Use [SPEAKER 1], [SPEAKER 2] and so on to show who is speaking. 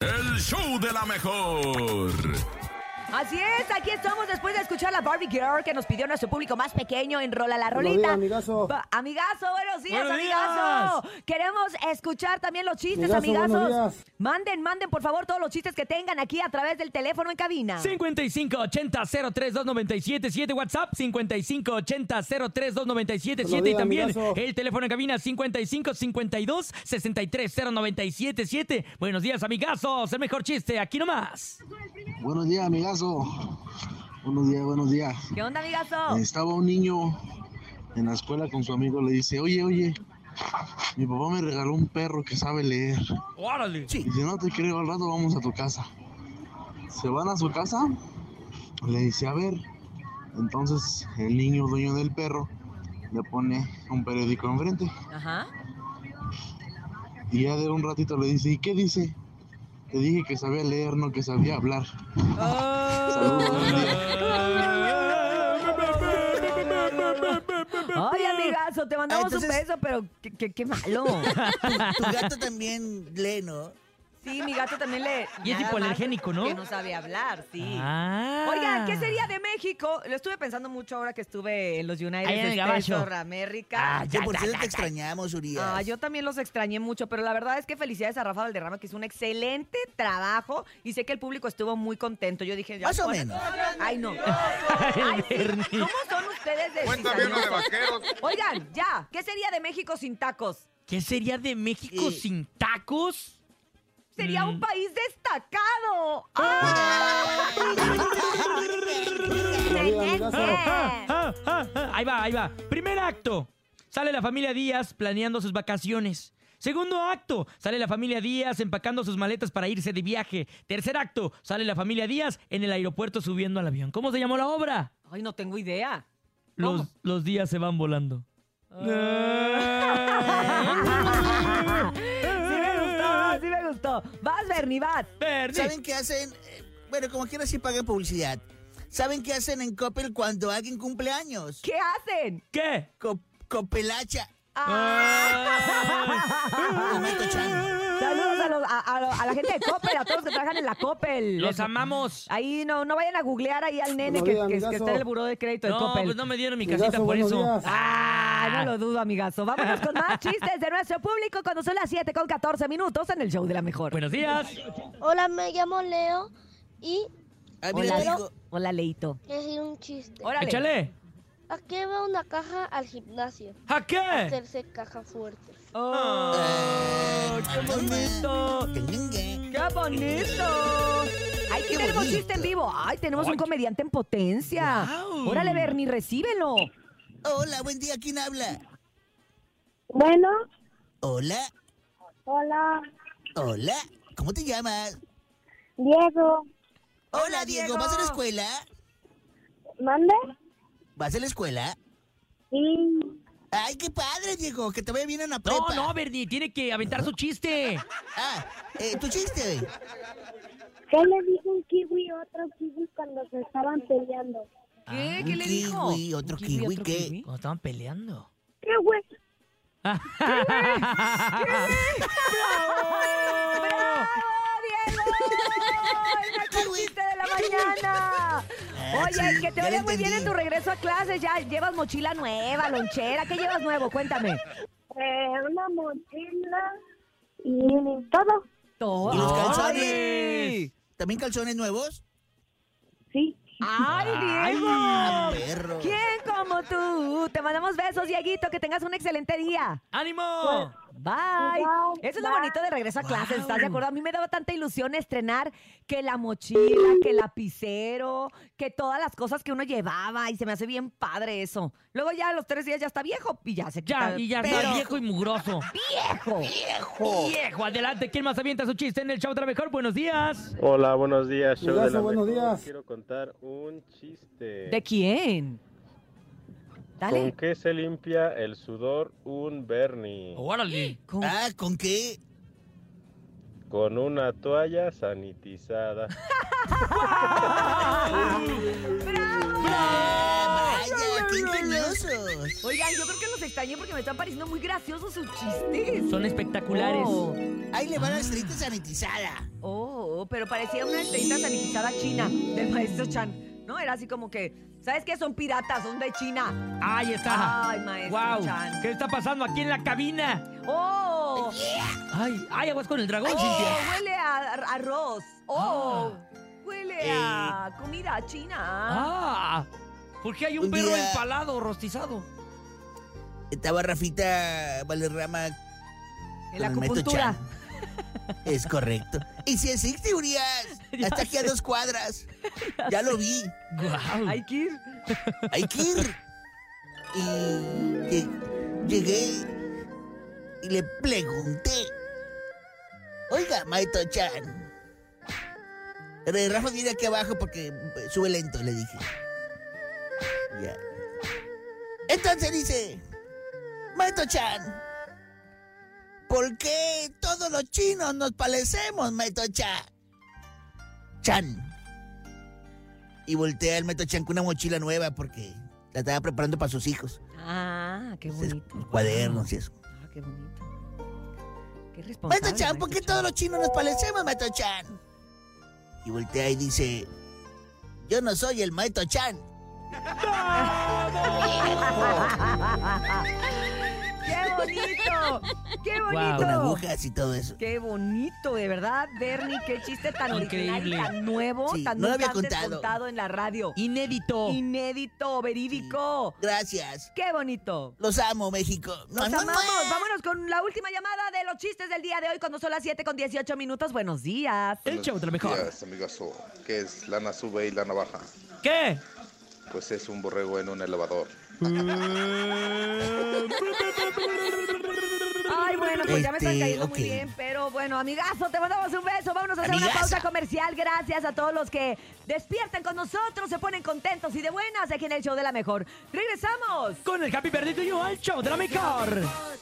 [SPEAKER 1] El show de la mejor.
[SPEAKER 2] Así es, aquí estamos después de escuchar la Barbie Girl que nos pidió nuestro público más pequeño en Rola la
[SPEAKER 3] Buenos
[SPEAKER 2] Rolita.
[SPEAKER 3] días, amigazo.
[SPEAKER 2] Ba- Amigazo, buenos días,
[SPEAKER 4] Buenos
[SPEAKER 2] amigazo. Queremos escuchar también los chistes,
[SPEAKER 3] Amigazo, buenos
[SPEAKER 2] amigazos.
[SPEAKER 3] días.
[SPEAKER 2] Manden, manden por favor todos los chistes que tengan aquí a través del teléfono en cabina.
[SPEAKER 4] 5580-032977, WhatsApp 5580-032977 y
[SPEAKER 3] Buenos
[SPEAKER 4] también
[SPEAKER 3] días, amigazo.
[SPEAKER 4] el teléfono en cabina 5552-630977. Buenos días, amigazos, el mejor chiste, aquí nomás.
[SPEAKER 5] Buenos días, amigazo. Buenos días, buenos días.
[SPEAKER 2] ¿Qué onda, amigazo?
[SPEAKER 5] Estaba un niño en la escuela con su amigo, le dice, oye, oye, mi papá me regaló un perro que sabe leer.
[SPEAKER 4] ¡Órale!
[SPEAKER 5] Y dice, no te creo, al rato vamos a tu casa. Se van a su casa, le dice, a ver. Entonces el niño dueño del perro le pone un periódico enfrente.
[SPEAKER 2] Ajá.
[SPEAKER 5] Y ya de un ratito le dice, ¿y qué dice? Te dije que sabía leer, no que sabía hablar. Saludos, buen día.
[SPEAKER 2] Eh, Ay, amigazo, te mandamos un
[SPEAKER 6] Entonces-
[SPEAKER 2] beso, pero qué, qué- qué malo.
[SPEAKER 6] Tu gato también lee, ¿no?
[SPEAKER 2] Sí, mi gato también le.
[SPEAKER 4] Y es
[SPEAKER 2] Nada más
[SPEAKER 4] hipoalergénico, ¿no?
[SPEAKER 2] Que no sabe hablar, sí.
[SPEAKER 4] Ah.
[SPEAKER 2] Oigan, ¿qué sería de México? Lo estuve pensando mucho ahora que estuve en los United
[SPEAKER 4] Ahí en el
[SPEAKER 2] States
[SPEAKER 4] gabacho.
[SPEAKER 2] of America.
[SPEAKER 4] Ah,
[SPEAKER 6] Que por cierto te extrañamos, Urias.
[SPEAKER 2] Ah, yo también los extrañé mucho, pero la verdad es que felicidades a Rafa Valderrama, que hizo un excelente trabajo y sé que el público estuvo muy contento. Yo dije, ya,
[SPEAKER 6] Más o
[SPEAKER 2] bueno,
[SPEAKER 6] menos.
[SPEAKER 2] Ay, no. Ay, sí.
[SPEAKER 4] El Bernie.
[SPEAKER 2] ¿Cómo son ustedes de cizañosos? Oigan, ya, ¿qué sería de México sin tacos?
[SPEAKER 4] ¿Qué sería de México
[SPEAKER 6] Sí.
[SPEAKER 4] sin tacos?
[SPEAKER 2] Sería
[SPEAKER 4] Mm. Oh.
[SPEAKER 2] un país destacado. ¡Ah!
[SPEAKER 3] Buenos días, amigazo.
[SPEAKER 4] Ah, ah, ah. Ahí va, ahí va. Primer acto. Sale la familia Díaz planeando sus vacaciones. Segundo acto, sale la familia Díaz empacando sus maletas para irse de viaje. Tercer acto, sale la familia Díaz en el aeropuerto subiendo al avión. ¿Cómo se llamó la obra?
[SPEAKER 2] Ay, no tengo idea.
[SPEAKER 4] Los,
[SPEAKER 2] ¿Cómo?
[SPEAKER 4] los días se van volando.
[SPEAKER 2] Ah. Sí me gustó, sí me gustó. Vas, Bernie, vas.
[SPEAKER 4] Bernie.
[SPEAKER 6] ¿Saben qué hacen? Eh, Bueno, como quiera sí pagan publicidad. ¿Saben qué hacen en Coppel cuando alguien cumple años?
[SPEAKER 2] ¿Qué hacen?
[SPEAKER 4] ¿Qué?
[SPEAKER 6] Co- Copelacha.
[SPEAKER 4] Ah.
[SPEAKER 2] Ah.
[SPEAKER 4] Ay.
[SPEAKER 6] Lo meto, Chan.
[SPEAKER 2] Saludos a, los- a- a lo- a la gente de Coppel, a todos los que trabajan en la Coppel.
[SPEAKER 4] Los amamos.
[SPEAKER 2] Ahí no, no vayan a googlear ahí al nene
[SPEAKER 3] Buenos
[SPEAKER 2] que,
[SPEAKER 3] días,
[SPEAKER 2] que- que
[SPEAKER 3] amigazo.
[SPEAKER 2] está en el buró de crédito de
[SPEAKER 4] No,
[SPEAKER 2] Coppel.
[SPEAKER 4] pues no me dieron mi
[SPEAKER 3] Amigazo,
[SPEAKER 4] casita por
[SPEAKER 3] buenos
[SPEAKER 4] eso.
[SPEAKER 3] días.
[SPEAKER 2] Ah,
[SPEAKER 4] Ah,
[SPEAKER 2] no lo dudo, amigazo. Vámonos con más chistes de nuestro público cuando son las 7 con 14 minutos en el show de la mejor.
[SPEAKER 4] Buenos días.
[SPEAKER 7] Hola, me llamo Leo y
[SPEAKER 6] Ah, mira,
[SPEAKER 2] hola,
[SPEAKER 6] te digo,
[SPEAKER 2] hola, Leito.
[SPEAKER 7] es un chiste.
[SPEAKER 2] Órale.
[SPEAKER 4] pues, Échale.
[SPEAKER 7] ¿A qué va una caja al gimnasio?
[SPEAKER 4] ¿A
[SPEAKER 2] Este,
[SPEAKER 4] qué?
[SPEAKER 7] Tercer caja fuerte.
[SPEAKER 2] Oh, ¡Qué bonito!
[SPEAKER 6] "Tinguingue".
[SPEAKER 2] ¡Qué bonito! ¡Ay, que
[SPEAKER 6] Qué
[SPEAKER 2] tenemos
[SPEAKER 6] bonito.
[SPEAKER 2] chiste en vivo! ¡Ay, tenemos un comediante en potencia!
[SPEAKER 4] Guau.
[SPEAKER 2] ¡Órale, Bernie, recíbelo!
[SPEAKER 6] Hola, buen día, ¿quién habla?
[SPEAKER 8] Bueno,
[SPEAKER 6] Hola,
[SPEAKER 8] hola,
[SPEAKER 6] hola, ¿cómo te llamas?
[SPEAKER 8] Diego,
[SPEAKER 6] Hola, Diego,
[SPEAKER 2] Diego.
[SPEAKER 6] ¿vas a la escuela?
[SPEAKER 8] ¿mande?
[SPEAKER 6] ¿Vas a la escuela?
[SPEAKER 8] Sí,
[SPEAKER 6] Ay, qué padre, Diego, que te vaya bien en la
[SPEAKER 4] No,
[SPEAKER 6] prepa.
[SPEAKER 4] no, Bernie, tiene que aventar su chiste.
[SPEAKER 6] Ah, eh, tu chiste.
[SPEAKER 8] ¿qué le dijo un kiwi a otro kiwi cuando se estaban peleando?
[SPEAKER 2] ¿Qué?
[SPEAKER 6] Ah,
[SPEAKER 2] ¿Qué
[SPEAKER 6] un
[SPEAKER 2] le dijo?
[SPEAKER 6] kiwi, otro
[SPEAKER 2] ¿Un
[SPEAKER 6] kiwi,
[SPEAKER 2] otro
[SPEAKER 6] ¿qué?
[SPEAKER 2] kiwi?
[SPEAKER 4] Cuando estaban peleando.
[SPEAKER 8] ¿Qué güey?
[SPEAKER 2] ¡Bravo, Diego! ¡El mejor
[SPEAKER 6] Kiwi.
[SPEAKER 2] chiste de la mañana!
[SPEAKER 6] Ah,
[SPEAKER 2] Oye,
[SPEAKER 6] sí,
[SPEAKER 2] que te
[SPEAKER 6] ya
[SPEAKER 2] vaya
[SPEAKER 6] lo
[SPEAKER 2] muy bien en
[SPEAKER 6] entendí.
[SPEAKER 2] tu regreso a clases. Ya llevas mochila nueva, lonchera. ¿Qué llevas nuevo? Cuéntame.
[SPEAKER 8] Eh, una mochila y todo.
[SPEAKER 2] Todo.
[SPEAKER 6] ¿Y los calzones?
[SPEAKER 2] ¡Ay!
[SPEAKER 6] ¿También calzones nuevos?
[SPEAKER 8] Sí,
[SPEAKER 2] ¡Ay, Diego!
[SPEAKER 6] Ah, perro.
[SPEAKER 2] ¿Quién como tú? Te mandamos besos, Dieguito. Que tengas un excelente día. Oh.
[SPEAKER 4] ¡Ánimo!
[SPEAKER 2] Bye.
[SPEAKER 8] Igual,
[SPEAKER 2] Eso es lo
[SPEAKER 8] bye.
[SPEAKER 2] bonito de regreso a clases, ¿estás de
[SPEAKER 4] Wow.
[SPEAKER 2] acuerdo? A mí me daba tanta ilusión estrenar que la mochila, que el lapicero, que todas las cosas que uno llevaba y se me hace bien padre eso. Luego ya a los tres días ya está viejo y ya se quita.
[SPEAKER 4] Ya, y ya está
[SPEAKER 2] pero
[SPEAKER 4] viejo y mugroso.
[SPEAKER 2] viejo.
[SPEAKER 4] Viejo, adelante. ¿Quién más avienta su chiste en el show de la mejor? Buenos días.
[SPEAKER 9] Hola, buenos días, show de
[SPEAKER 3] Miguelazo,
[SPEAKER 9] la
[SPEAKER 3] buenos
[SPEAKER 9] mejor.
[SPEAKER 3] días.
[SPEAKER 9] Quiero contar un chiste.
[SPEAKER 2] ¿De quién?
[SPEAKER 9] ¿Con
[SPEAKER 2] Dale.
[SPEAKER 9] qué se limpia el sudor un Bernie?
[SPEAKER 4] Órale.
[SPEAKER 2] Con-
[SPEAKER 6] Ah, ¿con qué?
[SPEAKER 9] Con una toalla sanitizada.
[SPEAKER 2] ¡Bravo!
[SPEAKER 6] Ah,
[SPEAKER 2] ¡Muy Ah,
[SPEAKER 6] vaya, qué ingeniosos.
[SPEAKER 2] Oigan, yo creo que los extrañé porque me están pareciendo muy graciosos sus chistes.
[SPEAKER 4] Son espectaculares.
[SPEAKER 2] Oh,
[SPEAKER 6] Ahí le va la estrellita sanitizada.
[SPEAKER 2] oh, pero parecía una estrellita sanitizada china del maestro Chan. No, era así como que, ¿sabes qué? Son piratas, son de China.
[SPEAKER 4] Ahí está.
[SPEAKER 2] Ay, maestro
[SPEAKER 4] Guau.
[SPEAKER 2] Chan.
[SPEAKER 4] ¿Qué está pasando aquí en la cabina?
[SPEAKER 2] ¡Oh!
[SPEAKER 4] Ay, ay, aguas con el dragón,
[SPEAKER 2] ¡Oh!
[SPEAKER 4] Cintia.
[SPEAKER 2] Huele a a arroz. ¡Oh! Huele a comida china.
[SPEAKER 4] Eh. Ah, ¿por qué hay un
[SPEAKER 6] Un
[SPEAKER 4] perro
[SPEAKER 6] día-
[SPEAKER 4] empalado, rostizado?
[SPEAKER 6] Estaba Rafita Valerrama
[SPEAKER 2] en la
[SPEAKER 6] con el Maestro
[SPEAKER 2] acupuntura.
[SPEAKER 6] Chan. Es correcto. Y si existe, Urias,
[SPEAKER 4] Ya
[SPEAKER 6] hasta aquí a
[SPEAKER 4] sé.
[SPEAKER 6] dos cuadras. Ya lo vi.
[SPEAKER 4] Guau.
[SPEAKER 2] Hay que ir.
[SPEAKER 6] Hay que ir. Y lle- llegué y le pregunté. Oiga, Maito Chan. Re- Rafa viene aquí abajo porque eh, sube lento, le dije. Ya. Entonces dice, Maito Chan, ¿por qué todos los chinos nos parecemos, Maito Chan? Chan. Y voltea el Maito Chan con una mochila nueva porque la estaba preparando para sus hijos.
[SPEAKER 2] Ah, qué
[SPEAKER 6] Entonces,
[SPEAKER 2] bonito.
[SPEAKER 6] Cuadernos y eso.
[SPEAKER 2] Ah, qué bonito. Qué responsable.
[SPEAKER 6] Maito Chan, ¿por qué
[SPEAKER 2] Maestro
[SPEAKER 6] todos
[SPEAKER 2] Chan.
[SPEAKER 6] los chinos nos parecemos, Maito Chan? Y voltea y dice, yo no soy el Maito Chan.
[SPEAKER 2] ¡Qué bonito! ¡Qué
[SPEAKER 4] Guau.
[SPEAKER 2] bonito!
[SPEAKER 6] Con agujas y todo eso.
[SPEAKER 2] Qué bonito, de verdad, Bernie, qué chiste tan original, y
[SPEAKER 4] Increíble.
[SPEAKER 2] tan nuevo,
[SPEAKER 6] Sí,
[SPEAKER 2] tan
[SPEAKER 6] no lo
[SPEAKER 2] nunca
[SPEAKER 6] había
[SPEAKER 2] antes
[SPEAKER 6] contado.
[SPEAKER 2] contado en la radio.
[SPEAKER 4] Inédito.
[SPEAKER 2] Inédito, verídico.
[SPEAKER 6] Gracias.
[SPEAKER 2] Qué bonito.
[SPEAKER 6] Los amo, México.
[SPEAKER 2] Nos amamos. Vámonos con la última llamada de los chistes del día de hoy cuando son las 7 con 18 minutos. Buenos días.
[SPEAKER 4] El show de la mejor.
[SPEAKER 3] Buenos días, amigazo. ¿Qué es lana sube y lana baja?
[SPEAKER 4] ¿Qué?
[SPEAKER 3] Pues es un borrego en un elevador.
[SPEAKER 2] Ay, bueno, pues ya me están
[SPEAKER 6] Este,
[SPEAKER 2] cayendo
[SPEAKER 6] ok.
[SPEAKER 2] muy bien, pero bueno, amigazo, te mandamos un beso. Vámonos a hacer una
[SPEAKER 6] Amigaza.
[SPEAKER 2] pausa comercial. Gracias a todos los que despiertan con nosotros, se ponen contentos y de buenas aquí en el show de la mejor. Regresamos.
[SPEAKER 4] Con el Happy Birthday to You, el show de la mejor.